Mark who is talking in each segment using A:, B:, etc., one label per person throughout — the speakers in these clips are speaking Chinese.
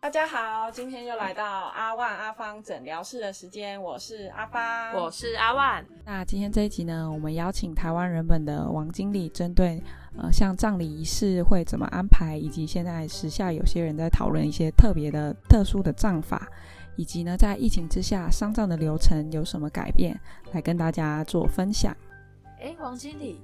A: 大家好，今天又来到阿万阿芳诊疗室的时间，我是阿芳，
B: 我是阿万。
A: 那今天这一集呢，我们邀请台湾人本的王经理，针对呃像葬礼仪式会怎么安排，以及现在时下有些人在讨论一些特别的、特殊的葬法，以及呢在疫情之下丧葬的流程有什么改变，来跟大家做分享。
B: 哎，王经理，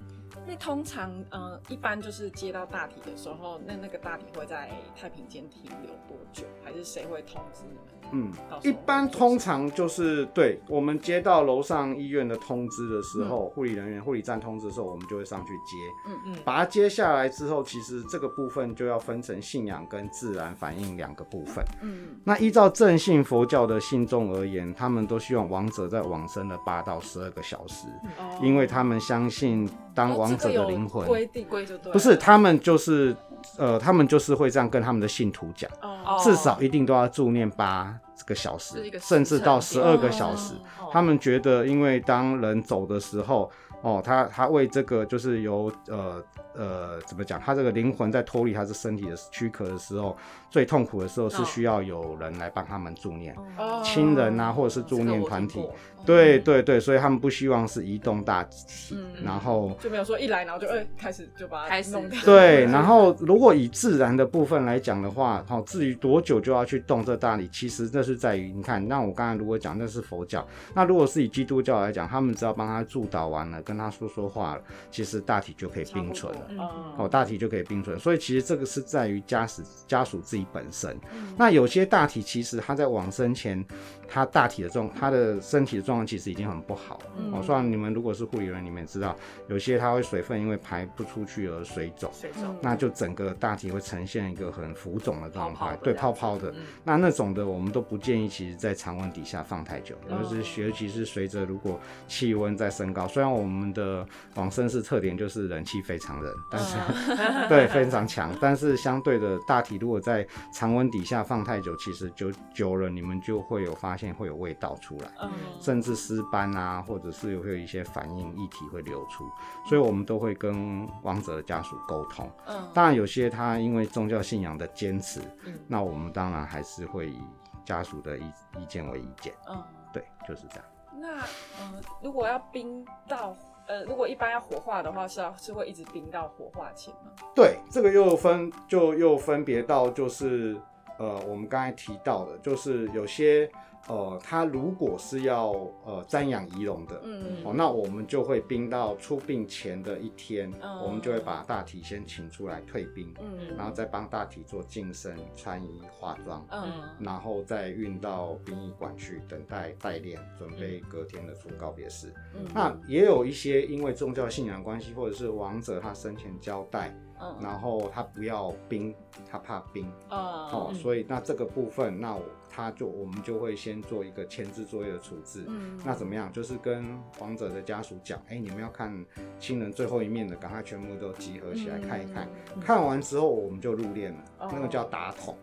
A: 那通常呃一般就是接到大体的时候，那那个大体会在太平间停留多久，还是谁会通知你们？
C: 嗯
A: 到时候我，
C: 一般
A: 就是
C: 通常就是对我们接到楼上医院的通知的时候，护、理人员、护理站通知的时候，我们就会上去接。
A: 嗯嗯，
C: 把它接下来之后，其实这个部分就要分成信仰跟自然反应两个部分。
A: 嗯，
C: 那依照正信佛教的信众而言，他们都希望亡者在往生的八到十二个小时，
A: 哦
C: 因为他们相信当
A: 哦
C: 亡
A: 这个
C: 者的
A: 有
C: 灵魂、
A: 规定规就对了，
C: 不是他们就是呃，他们就是会这样跟他们的信徒讲。
A: 哦
C: 至少一定都要住念八个小
B: 是一
C: 时
B: 个，时
C: 甚至到十
B: 辰哦
C: 二个小时。
A: 哦
C: 他们觉得，因为当人走的时候，哦，他他为这个就是由呃呃怎么讲，他这个灵魂在脱离他这身体的躯壳的时候，最痛苦的时候是
B: 哦
C: 需要有人来帮他们助念，
A: 哦
C: 亲人啊，或者是助
B: 这个
C: 念
B: 我
C: 团
B: 听
C: 体
B: 过。嗯
C: 对对对，所以他们不希望是移动大体，
A: 嗯
C: 然后
A: 就没有说一来然后就哎、开始就把它
B: 开始
A: 弄掉，
C: 对，然后如果以自然的部分来讲的话，好，至于多久就要去动这大理，其实这是在于你看，那我刚才如果讲那是佛教，那如果是以基督教来讲，他们只要帮他祝祷完了，跟他说说话了，其实大体就可以
A: 差不多
C: 并存了。
A: 嗯
C: 哦，大体就可以并存，所以其实这个是在于家属家属自己本身。
A: 嗯
C: 那有些大体其实他在往生前，他大体的状，他的身体的状况其实已经很不好了。
A: 嗯
C: 哦，虽然你们如果是护理人，你们也知道，有些他会水分因为排不出去而水肿，
B: 水
A: 嗯
B: 肿
C: 那就整个大体会呈现一个很浮肿的状
B: 泡泡
C: 态
B: 的，
C: 对
B: 这
C: 泡
B: 样子
C: 泡的
B: 嗯。
C: 那那种的，我们都不建议，其实在常温底下放太久，
A: 嗯
B: 哦
C: 尤其是尤其是随着如果气温在升高，虽然我们的往生室特点就是人气非常
A: 嗯
C: 冷，但 是、对非常强，但是相对的大体如果在常温底下放太久，其实久久了你们就会有发现会有味道出来。
A: 嗯
C: 甚至尸斑啊，或者是会有一些反应液体会流出，所以我们都会跟亡者的家属沟通。
A: 嗯
C: 当然，有些他因为宗教信仰的坚持，
A: 嗯
C: 那我们当然还是会以家属的意意见为意见，
A: 嗯，
C: 对，就是这样。
A: 那呃如果要冰到呃如果一般要火化的话是要是会一直冰到火化前吗？
C: 对，这个又分就又分别到就是呃，我们刚才提到的，就是有些呃，他如果是要呃瞻仰仪容的，
A: 嗯
C: 哦，那我们就会冰到出殡前的一天，
A: 嗯
C: 我们就会把大体先请出来退冰，
A: 嗯
C: 然后再帮大体做净身、穿衣、化妆，
A: 嗯
C: 然后再运到殡仪馆去等待代练，准备隔天的出告别式。
A: 嗯
C: 那也有一些因为宗教信仰关系，或者是亡者他生前交代，
A: 嗯
C: 然后他不要冰，他怕冰，哦，
A: 嗯
C: 所以那这个部分，那我他就我们就会先做一个前置作业的处置。
A: 嗯
C: 那怎么样？就是跟亡者的家属讲，哎、你们要看亲人最后一面的，赶快全部都集合起来看一看。
A: 嗯
C: 看完之后，我们就入殓了，
A: 哦
C: 那个叫打桶，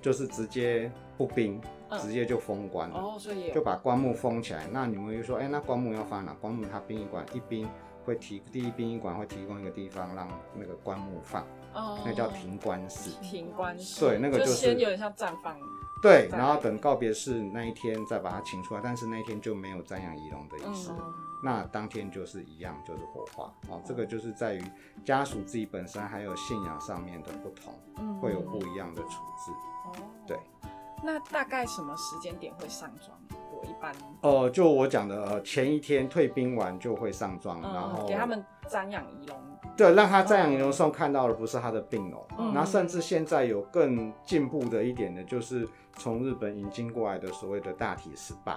C: 就是直接不冰，
A: 嗯
C: 直接就封棺了，
A: 哦，所以也有
C: 就把棺木封起来。那你们就说，哎、那棺木要放哪？棺木它殡仪馆一冰会提，第一殡仪馆会提供一个地方让那个棺木放，
A: 哦
C: 那叫停棺室。
A: 停关系，
C: 对那个
A: 就
C: 就是
A: 先有点像绽放，
C: 对，
A: 再来
C: 然后等告别式那一天再把它请出来，但是那一天就没有瞻仰仪容的
A: 嗯
C: 仪式。那当天就是一样，就是火化哦。这个就是在于家属自己本身还有信仰上面的不同，
A: 嗯
C: 会有不一样的处置。
A: 哦
C: 对。
A: 那大概什么时间点会上妆？我一般
C: 呃，就我讲的，呃，前一天退兵完就会上妆，然
A: 嗯
C: 后
A: 给他们瞻仰仪容，
C: 对，让他瞻仰仪容上看到的不是他的病楼，
A: 嗯
C: 然后甚至现在有更进步的一点的，就是从日本引进过来的所谓的大体 SPA，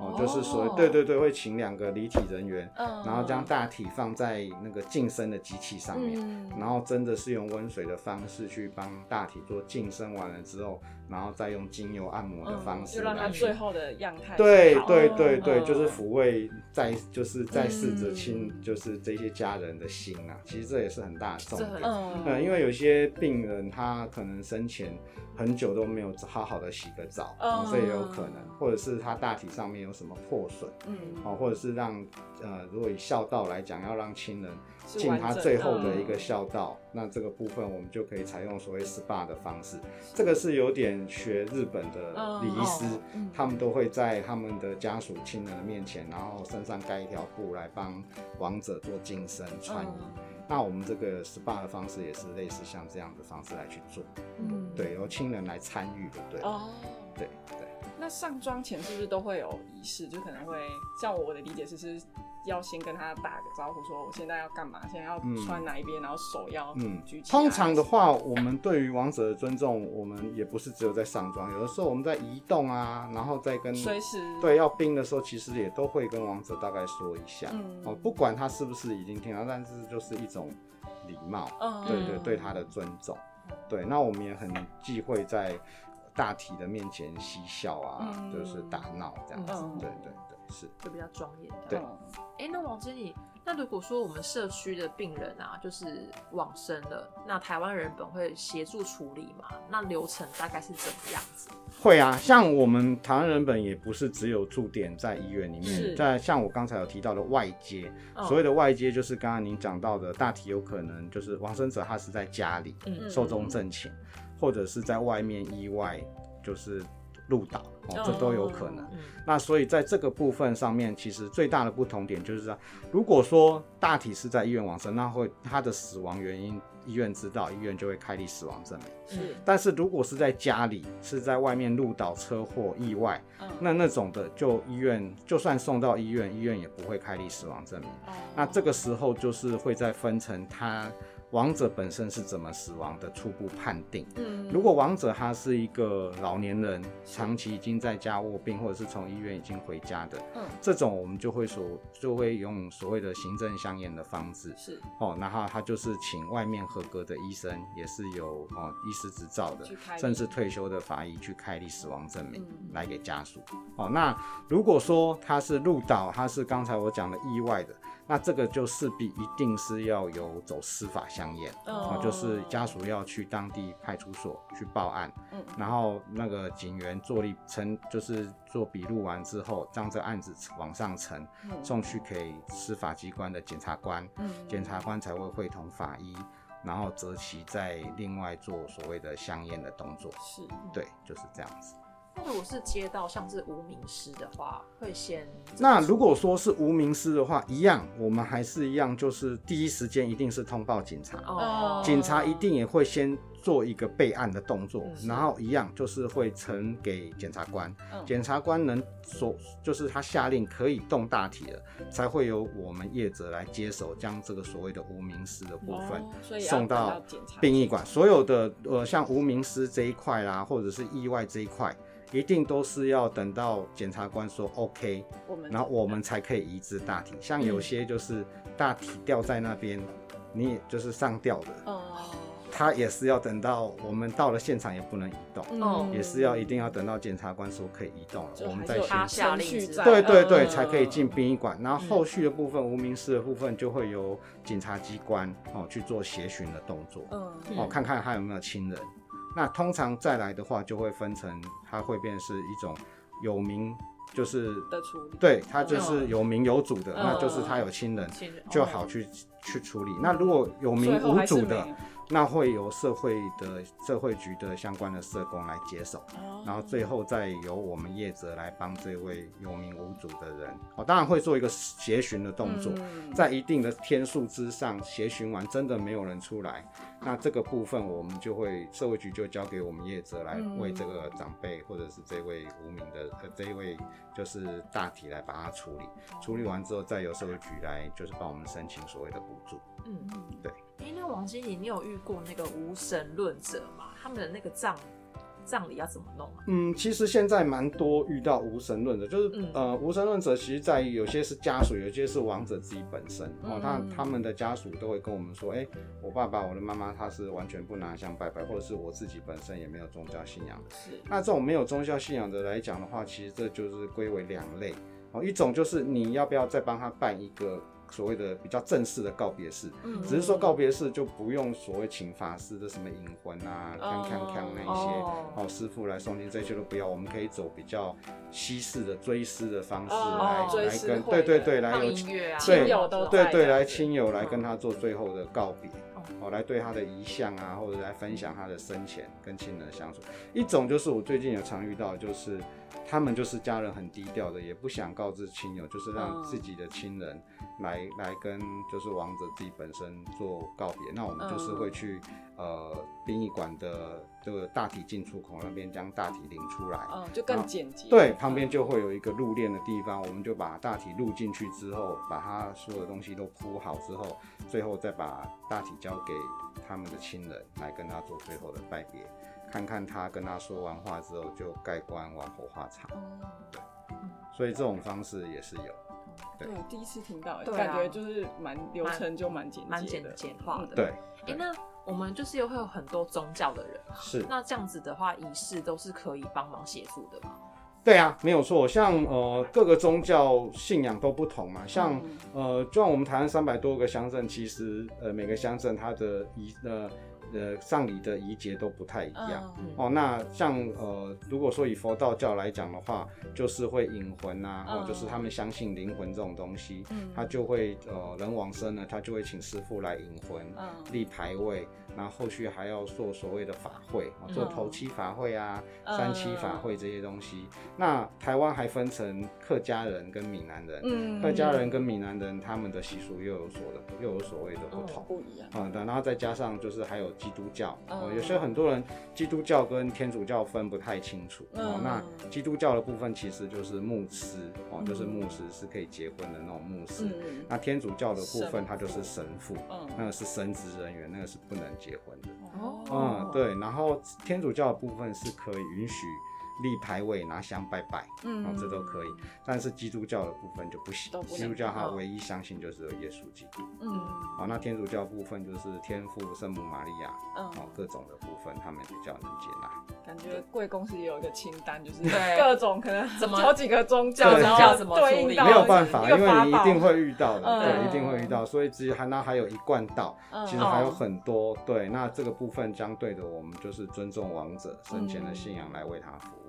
C: 哦，就是所谓对，对对，会请两个离体人员，
A: 嗯
C: 然后将大体放在那个净身的机器上面，
A: 嗯
C: 然后真的是用温水的方式去帮大体做净身完了之后，然后再用精油按摩的
D: 嗯
C: 方式
A: 就嗯让他
C: 来去。
A: 最后的样态
C: 对
A: 是好
C: 对
A: 的
C: 对对，
A: 嗯
C: 就是抚慰在就是在试着亲，
A: 嗯
C: 就是这些家人的心啊，其实这也是很大的重
B: 这很
C: 点。
A: 嗯
C: 嗯，因为有些病人他可能生前很久都没有好好的洗个澡，
A: 嗯
C: 这也有可能，或者是他大体上面有什么破损，
D: 嗯，
C: 哦，或者是让呃，如果以孝道来讲，要让亲人
D: 是
C: 尽
D: 完
C: 他
D: 整
C: 最
D: 的嗯
C: 后的一个孝道，那这个部分我们就可以采用所谓 SPA 的方式。这个是有点学日本的
D: 嗯
C: 礼仪师，
D: 哦
C: 他们都会在他们的家属亲人的面前，然后身上盖一条布来帮亡者做净身穿衣。
D: 嗯
C: 那我们这个 SPA 的方式也是类似像这样的方式来去做，
D: 嗯，
C: 对，由亲人来参与的，对，
D: 哦。
C: 对对。
D: 那上妆前是不是都会有仪式？就可能会，像我的理解是是要先跟他打个招呼，说我现在要干嘛，现在要穿哪一边，然后手要
C: 嗯
D: 举起来。
C: 通常的话，我们对于王者的尊重，我们也不是只有在上妆，有的时候我们在移动啊，然后再跟
D: 随时
C: 对要兵的时候，其实也都会跟王者大概说一下、
D: 嗯
C: 哦，不管他是不是已经听到，但是就是一种礼貌，
D: 嗯
C: 对对对他的尊重。对，那我们也很忌讳在大体的面前嬉笑啊，
D: 嗯
C: 就是打闹这样子。
D: 嗯
C: 对对对，是。
B: 就比较庄严。
C: 对
D: 嗯
B: 哎、那王经理，那如果说我们社区的病人啊，就是往生了，那台湾人本会协助处理嘛？那流程大概是怎么样子？
C: 会啊，像我们台湾人本也不是只有驻点在医院里
D: 是
C: 面，在像我刚才有提到的外接，
B: 嗯
C: 所谓的外接就是刚刚您讲到的，大体有可能就是往生者他是在家里
B: 嗯
C: 寿终正寝，或者是在外面意外就是路倒，哦，这都有可能。
B: 嗯
C: 那所以在这个部分上面，其实最大的不同点就是说，如果说大体是在医院往生，那会他的死亡原因医院知道，医院就会开立死亡证明。
D: 是
B: 嗯
C: 但是如果是在家里，是在外面路倒车祸意外，
D: 嗯
C: 那那种的就医院，就算送到医院，医院也不会开立死亡证明。
D: 哦
C: 那这个时候就是会再分成他亡者本身是怎么死亡的初步判定。
D: 嗯
C: 如果亡者他是一个老年人，长期已经在家卧病，或者是从医院已经回家的，
D: 嗯
C: 这种我们就会所就会用所谓的行政相验的方式，
D: 是
C: 哦，然后他就是请外面合格的医生，也是有哦医师执照的
D: 去开，立
C: 甚至退休的法医去开立死亡证明、
D: 嗯
C: 来给家属。哦，那如果说他是入岛，他是刚才我讲的意外的，那这个就势必一定是要有走司法相验。
D: 哦
C: 哦，就是家属要去当地派出所去报案，
D: 嗯
C: 然后那个警员做立成，就是做笔录完之后，让这案子往上呈，
D: 嗯
C: 送去给司法机关的检察官，
D: 嗯
C: 检察官才会会同法医，然后择期再另外做所谓的香烟的动作。
D: 是
C: 对，就是这样子。
B: 那如果是接到像是无名尸的话，会先
C: 那如果说是无名尸的话，一样，我们还是一样，就是第一时间一定是通报警察。
B: 哦，
C: 警察一定也会先做一个备案的动作，
B: 嗯
C: 然后一样就是会呈给检察官，
D: 嗯
C: 检察官能所就是他下令可以动大体了，才会由我们业者来接手将这个所谓的无名尸的部分。
D: 哦所以要等
C: 送到
D: 到检查
C: 殡仪馆所有的呃，像无名尸这一块啦，或者是意外这一块，一定都是要等到检察官说 OK，
D: 我们
C: 然后我们才可以移植大体。像有
D: 嗯
C: 些就是大体吊在那边，你也就是上吊的，
D: 哦
C: 他也是要等到我们到了现场也不能移动，
D: 嗯
B: 哦
C: 也是要一定要等到检察官说可以移动了，
D: 就
C: 我们
D: 还
C: 再
D: 是有
C: 行
B: 他
C: 使。
B: 下
D: 程
B: 令
D: 序
B: 之
D: 在
C: 对
D: 嗯
C: 对
D: 嗯
C: 对，
D: 嗯
C: 才可以进
D: 嗯
C: 殡仪馆。然后后续的部分，无名尸的部分就会由警察机关哦去做协寻的动作，
D: 嗯
C: 哦看看他有没有亲人。那通常再来的话，就会分成，它会变是一种有名，就是
D: 的处理
C: 对，它就是有名有主的，那就是他有亲
D: 嗯
C: 人
B: 亲人
C: 就好去去处理。那如果有名
D: 哦最后
C: 无
D: 还是
C: 主的
D: 没，
C: 那会由社会的社会局的相关的社工来接手，
D: 哦
C: 然后最后再由我们业者来帮这位有名无主的人，哦，当然会做一个协寻的动作，
D: 嗯
C: 在一定的天数之上协寻完，真的没有人出来，那这个部分我们就会社会局就交给我们业者来
D: 嗯
C: 为这个长辈或者是这位无名的呃这一位就是大体来把它处理，处理完之后再由社会局来就是帮我们申请所谓的补助。
B: 嗯嗯
C: 对。
B: 哎、那王经理，你有遇过那个无神论者吗？他们的那个葬葬礼要怎么弄啊？
C: 嗯，其实现在蛮多遇到无神论者，就是、
B: 嗯
C: 呃，无神论者其实在于有些是家属，有些是亡者自己本身哦，他
D: 嗯
C: 他们的家属都会跟我们说，哎、我爸爸、我的妈妈他是完全不拿香拜拜，或者是我自己本身也没有宗教信仰的。
D: 是
C: 那这种没有宗教信仰的来讲的话，其实这就是归为两类哦，一种就是你要不要再帮他办一个所谓的比较正式的告别式，
B: 嗯
C: 只是说告别式就不用所谓请法师的什么引魂啊、
D: 哦
C: 锵锵锵那一些，
B: 哦
C: 哦，师傅来诵经这些都不要，我们可以走比较西式的追思的方式
D: 哦
C: 来、
D: 追
C: 来
D: 思
C: 跟，
D: 会
C: 对
D: 的
C: 对对，来
B: 放
C: 有
B: 音乐啊，
C: 对
B: 亲友都
C: 对
D: 在
C: 对，
D: 这样
C: 来
D: 子
C: 亲友来
B: 嗯
C: 跟他做最后的告别
B: 哦，
C: 哦，来对他的遗像啊，或者来分享他的生前跟亲人的相处。一种就是我最近有常遇到，就是他们就是家人很低调的，也不想告知亲友，就是让
D: 嗯
C: 自己的亲人来、来跟就是王者自己本身做告别。那我们就是
D: 嗯
C: 会去、呃殡仪馆的这个大体进出口那边将大体领出来，
D: 嗯，就更简洁。
C: 对，旁边就会有一个入殓的地方，我们就把大体入进去之后，把它所有的东西都铺好之后，最后再把大体交给他们的亲人来跟他做最后的拜别，看看他跟他说完话之后就盖棺往火化场，
D: 嗯
C: 所以这种方式也是有。对
D: 对，我第一次听到欸，
B: 对啊
D: 感觉就是蛮流程就蛮简
B: 蛮
D: 洁
B: 简
D: 的。
B: 简化的。
C: 对，
B: 哎，那我们就是又会有很多宗教的人嘛，
C: 是。
B: 那这样子的话，仪式都是可以帮忙协助的嘛。
C: 对啊，没有错。像呃，各个宗教信仰都不同嘛。像
D: 嗯
C: 呃，就像我们台湾三百多个乡镇，其实呃每个乡镇它的仪呃呃上礼的仪节都不太一样。
D: 嗯
C: 哦，那像呃，如果说以佛道教来讲的话，就是会引魂啊，
D: 嗯
C: 哦，就是他们相信灵魂这种东西，
D: 嗯
C: 他就会呃人往生了，他就会请师傅来引魂，
D: 嗯
C: 立牌位，然后后续还要做所谓的法会，哦做
D: 嗯
C: 头七法会啊、
D: 嗯
C: 三七法会这些东西。那台湾还分成客家人跟闽南人，
D: 嗯
C: 客家人跟闽南人他们的习俗又有所的又有所谓的不同。
D: 不一样。
C: 啊、嗯，然后再加上就是还有基督教，哦、
D: 嗯
C: 有些很多人基督教跟天主教分不太清楚。哦，
D: 嗯
C: 那基督教的部分其实就是牧师，哦，就是牧师是可以结婚的那种牧师。
D: 嗯
C: 那天主教的部
D: 神
C: 分，
D: 父
C: 它就是神父，那
D: 嗯
C: 个是神职人员，那个是不能结婚的。
B: 哦
C: 嗯，对。然后天主教的部分是可以允许立牌位拿香拜拜，
D: 嗯
C: 哦，这都可以。但是基督教的部分就不行
D: 都，不
C: 基督
D: 行
C: 教它
B: 哦
C: 唯一相信就是有耶稣基督。
D: 嗯
C: 好，那天主教部分就是天父、圣母玛利亚，哦
D: 嗯，，
C: 各种的部分他们比较能接纳。
D: 感觉贵公司也有一个清单，就是
B: 对
D: 各种可能
B: 怎么
D: 好几个宗教，
C: 对
D: 然
B: 教
D: 后
B: 怎么
D: 对
B: 处理
D: 应到
C: 没有办法，
D: 一
C: 因
D: 个
C: 为
D: 法
C: 你一
D: 宝
C: 定会遇到的，
D: 嗯
C: 对，一定会遇到。所以其实还那还有一贯道，
D: 嗯
C: 其实还有很多。对，那这个部分相对的，我们就是尊重王者生前
D: 嗯
C: 的信仰来为他服务。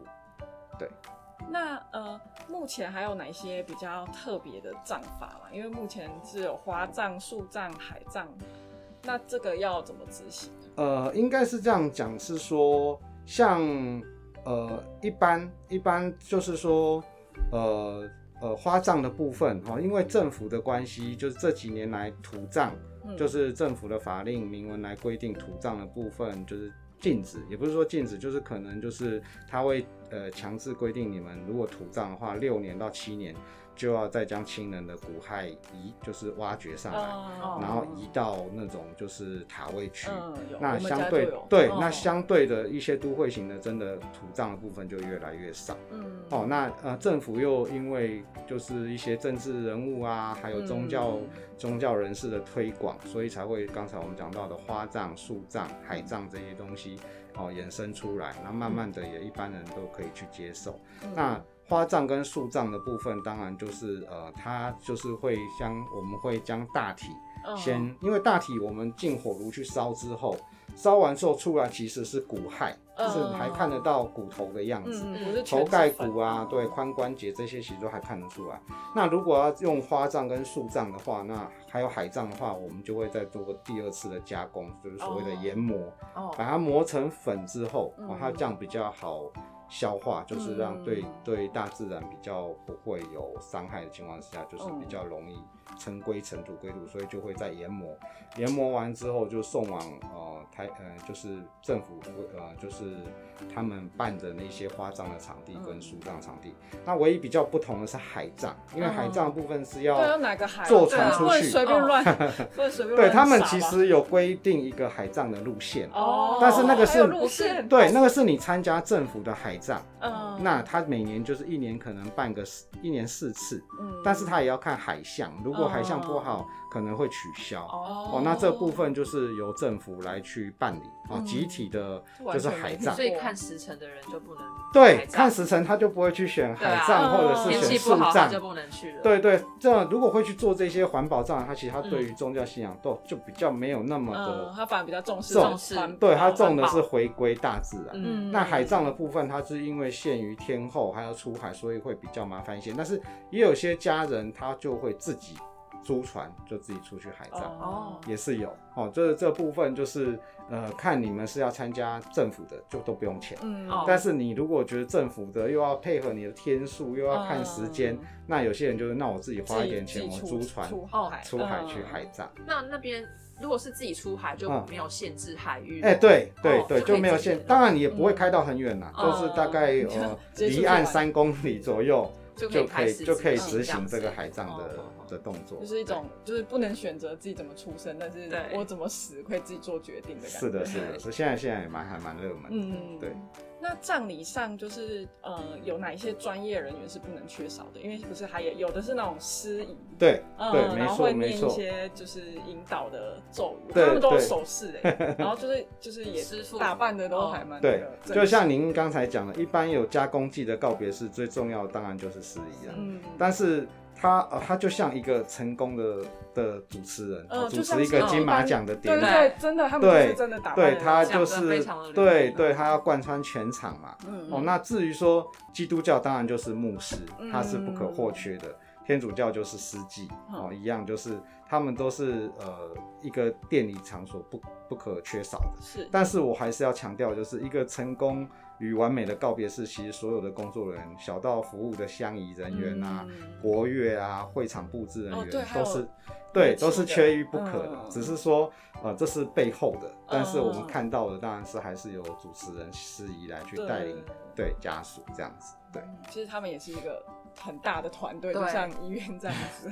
D: 那呃，目前还有哪些比较特别的葬法嘛？因为目前是有花葬、树葬、海葬，那这个要怎么执行？
C: 呃，应该是这样讲，是说像呃一般一般就是说呃呃花葬的部分哈、哦，因为政府的关系，就是这几年来土葬，
D: 嗯
C: 就是政府的法令明文来规定土葬的部分，就是。禁止也不是说禁止，就是可能就是他会呃强制规定你们如果土葬的话，六年到七年就要再将亲人的骨骸移，就是挖掘上来，
D: 哦
C: 然后移到那种就是塔位区。
D: 嗯，有
C: 那
D: 我们
C: 相
D: 家
C: 对
D: 就有
C: 对，
D: 哦
C: 那相对的一些都会型的，真的土葬的部分就越来越少。
D: 嗯
C: 哦，那呃，政府又因为就是一些政治人物啊，还有宗教、
D: 嗯
C: 宗教人士的推广，所以才会刚才我们讲到的花葬、树葬、海葬这些东西哦衍生出来，然后慢慢的也一般人都可以去接受。
D: 嗯
C: 那花葬跟树葬的部分，当然就是呃，它就是会将我们会将大体
D: 嗯
C: 先，因为大体我们进火炉去烧之后，烧完之后出来其实是骨骸，
D: 嗯
C: 就是还看得到骨头的样子。
D: 嗯，嗯不是全
C: 头
D: 是
C: 盖
D: 粉
C: 骨啊，对，髋关节这些其实都还看得出来。那如果要用花葬跟树葬的话，那还有海葬的话，我们就会再做第二次的加工，就是所谓的
D: 哦
C: 研磨。
B: 哦
C: 把它磨成粉之后，哦
D: 嗯，
C: 它这样比较好消化，就是让对、
D: 嗯
C: 对大自然比较不会有伤害的情况之下，就是
D: 嗯
C: 比较容易尘归尘，土归土，所以就会在研磨，研磨完之后就送往呃台呃就是政府呃就是他们办的那些花葬的场地跟
D: 嗯
C: 树葬场地，那唯一比较不同的是海葬，因为海葬的部分是要、
D: 哦嗯对，要啊哪个海
C: 坐
D: 对
B: 船
D: 啊
C: 出
D: 不能
C: 去哦
D: 随便乱，不能随便乱撒吧。
C: 对他们其实有规定一个海葬的路线。
D: 哦，
C: 但是那个
D: 还
C: 是
D: 有路线，
C: 对，那个是你参加政府的海葬，
D: 嗯，
C: 那他每年就是一年可能办个四一年四次，
D: 嗯
C: 但是他也要看海
D: 哦
C: 象，如果海象不好，可能会取消。
B: 哦
C: 哦，那这部分就是由政府来去办理哦，
B: 嗯
C: 集体的就是海葬
D: 完全没听过
B: 所以看时辰的人就不能
C: 对
B: 海，葬嗯
C: 看时辰他就不会去选海
D: 对啊
C: 葬或者
B: 天
C: 是
B: 气
C: 选
B: 不
C: 树
B: 好他
C: 葬，
B: 就不能去了。
C: 对对，这样如果会去做这些环保葬，他其实他
B: 嗯
C: 对于宗教信仰都就比较没有那么
D: 嗯，
C: 的，
D: 他反而比较重视
C: 重
D: 环
B: 视
D: 保
C: 对他重的是回归大自然。
B: 嗯，
C: 那海葬的部分，它是因为限于天后还要出海，所以会比较麻烦一些。但是也有些家人他就会自己租船，就自己出去海葬。
D: 哦，
C: 也是有哦，这这部分就是呃，看你们是要参加政府的，就都不用钱。
D: 嗯
B: 哦
C: 但是你如果觉得政府的又要配合你的天数，又要看时间，
D: 嗯
C: 那有些人就是，那我自己花一点钱，我
D: 自己
C: 租船
D: 出
B: 哦
D: 海
C: 出海去
D: 嗯
C: 海葬。
B: 那那边如果是自己出海，就
C: 嗯
B: 没有限制海域。
C: 哎、对对
B: 哦
C: 对，
B: 就可以
C: 就没有
B: 自己
C: 限，
B: 的
C: 当然你也不会开到很远啦，
B: 嗯
C: 就是大概呃
D: 直接出去
C: 离岸
D: 玩
C: 三公里左右
B: 就可以
C: 就
B: 开
C: 可以
B: 始
C: 就可以
B: 执行
C: 执行
B: 这
C: 这
B: 样
C: 个
B: 子
C: 海葬的
B: 哦哦哦
C: 的动作，
D: 就是一种，就是不能选择自己怎么出生，但是
B: 对
D: 我怎么死可以自己做决定的感觉。
C: 是的，是的，是现在现在也蛮还蛮热门的，
D: 嗯，
C: 对。
D: 那葬礼上就是呃，有哪一些专业人员是不能缺少的？因为不是还也有的是那种司仪，
C: 对
D: 嗯，
C: 对，没
D: 然后
C: 错
D: 会
C: 没
D: 念一
C: 错，
D: 些就是引导的咒语，
C: 对
D: 他们都有
C: 对
D: 手势哎、 然后就是就是也
B: 师傅
D: 打扮的都还蛮
C: 对，
D: 那个
C: 就像您刚才讲的，一般有加工剂的告别式，最重要的当然就是司仪了。
D: 嗯，
C: 但是他呃，他就像一个成功的的主持人，哦
D: 呃
C: 主
D: 就像
C: 持一个
D: 是
C: 金
D: 一
C: 马
D: 般
C: 奖的
D: 对对
C: 典礼，
D: 对，真的他们就是
C: 对
D: 真的打扮
C: 对
D: 得
C: 他
D: 像
C: 就
B: 讲得非
C: 是
B: 常的流
C: 对
B: 利
C: 对，他要贯穿全场嘛。
D: 嗯
C: 哦，那至于说基督教，当然就是牧师，他是不可
D: 嗯
C: 或缺的。天主教就是司祭，哦，一样就是他们都是呃一个店里场所不不可缺少的。
D: 是
C: 但是我还是要强调，就是一个成功与完美的告别式，其实所有的工作人员，小到服务的相仪人员啊、
D: 嗯
C: 国乐啊、会场布置人
D: 哦
C: 员、
D: 对还有
C: 都是
D: 乐
C: 对
D: 器
C: 都是
D: 的
C: 缺一不可的。
D: 嗯
C: 只是说，呃，这是背后的，但是我们
D: 嗯
C: 看到的当然是还是由主持人司仪来去
D: 对
C: 带领对家属这样子。对
D: 其实他们也是一个很大的团队，
B: 对
D: 就像医院这样子。
B: 对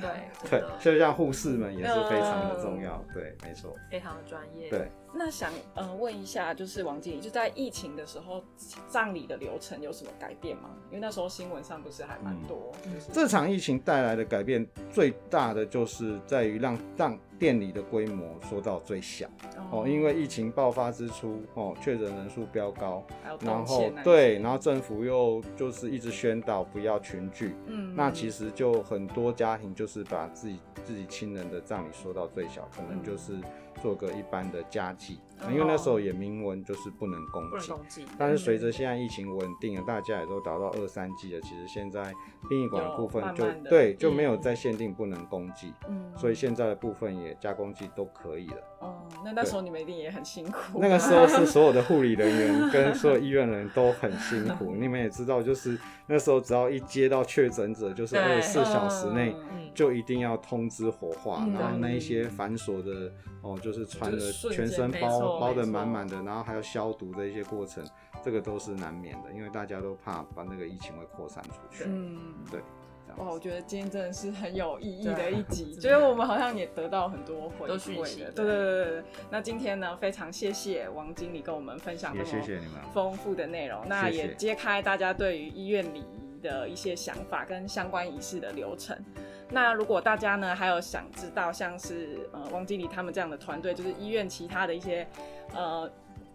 C: 对
B: 真的，
C: 就像护士们也是非常的重
D: 嗯
C: 要。对，没错。
B: 非常的专业。
C: 对，
D: 那想呃问一下，就是王经理，就在疫情的时候，葬礼的流程有什么改变吗？因为那时候新闻上不是还蛮
C: 嗯
D: 多，
C: 这场疫情带来的改变最大的就是在于让让店里的规模缩到最小
D: 嗯
C: 哦，因为疫情爆发之初哦，确诊人数飙高，
D: 还有
C: 然
D: 动
C: 后
D: 线那一些
C: 对，然后政府又就是一直宣导不要群聚，
D: 嗯
C: 那其实就很多家庭就是把自己自己亲人的葬礼缩到最小，可能就是做个一般的家祭，因为那时候也明文就是不能公
B: 不能
C: 祭。
B: 攻击。
C: 但是随着现在疫情稳定了，大家也都达到二三季了，其实现在殡仪馆的部分就
D: 有慢慢地
C: 对就没有再限定不能公祭，
D: 嗯
C: 所以现在的部分也加工祭都可以了。
D: 哦、那那时候你们一定也很辛苦。
C: 那个时 候是所有的护理人员跟所有医院人都很辛苦，你们也知 道，就是那时候只要一接到确诊者，就是
B: 对
C: 二十四小时内。
D: 嗯
B: 嗯，
C: 就一定要通知火化，
D: 嗯
C: 然后那一些繁琐的哦，就是穿
D: 就
C: 的
D: 是瞬间
C: 全身
B: 没错
C: 包包
D: 没
C: 的
D: 错
C: 满满的，然后还有消毒的一些过程，这个都是难免的，因为大家都怕把那个疫情会扩散出去。
D: 嗯
C: 对这样子
D: 哇，我觉得今天真的是很有意义
B: 对
D: 的
B: 啊
D: 一集，
B: 真的
D: 觉得我们好像也得到很多回
B: 都讯
D: 馈
B: 息
D: 的。对对对对对。那今天呢，非常谢谢王经理跟我们分享
C: 也
D: 这
C: 谢
D: 么
C: 谢你们，
D: 丰富的内容，那
C: 谢谢
D: 也揭开大家对于医院礼仪的一些想法跟相关仪式的流程。那如果大家呢还有想知道像是呃王经理他们这样的团队，就是医院其他的一些呃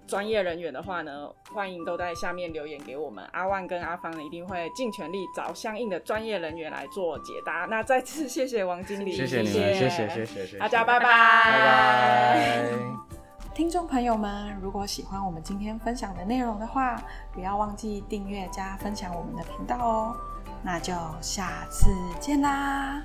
D: 专业人员的话呢，欢迎都在下面留言给我们。阿万跟阿芳呢一定会尽全力找相应的专业人员来做解答。那再次谢谢王经理，
C: 谢谢你们，谢谢谢谢谢谢
D: 大家，拜
C: 拜拜。
E: 听众朋友们，如果喜欢我们今天分享的内容的话，不要忘记订阅加分享我们的频道哦。那就下次见啦！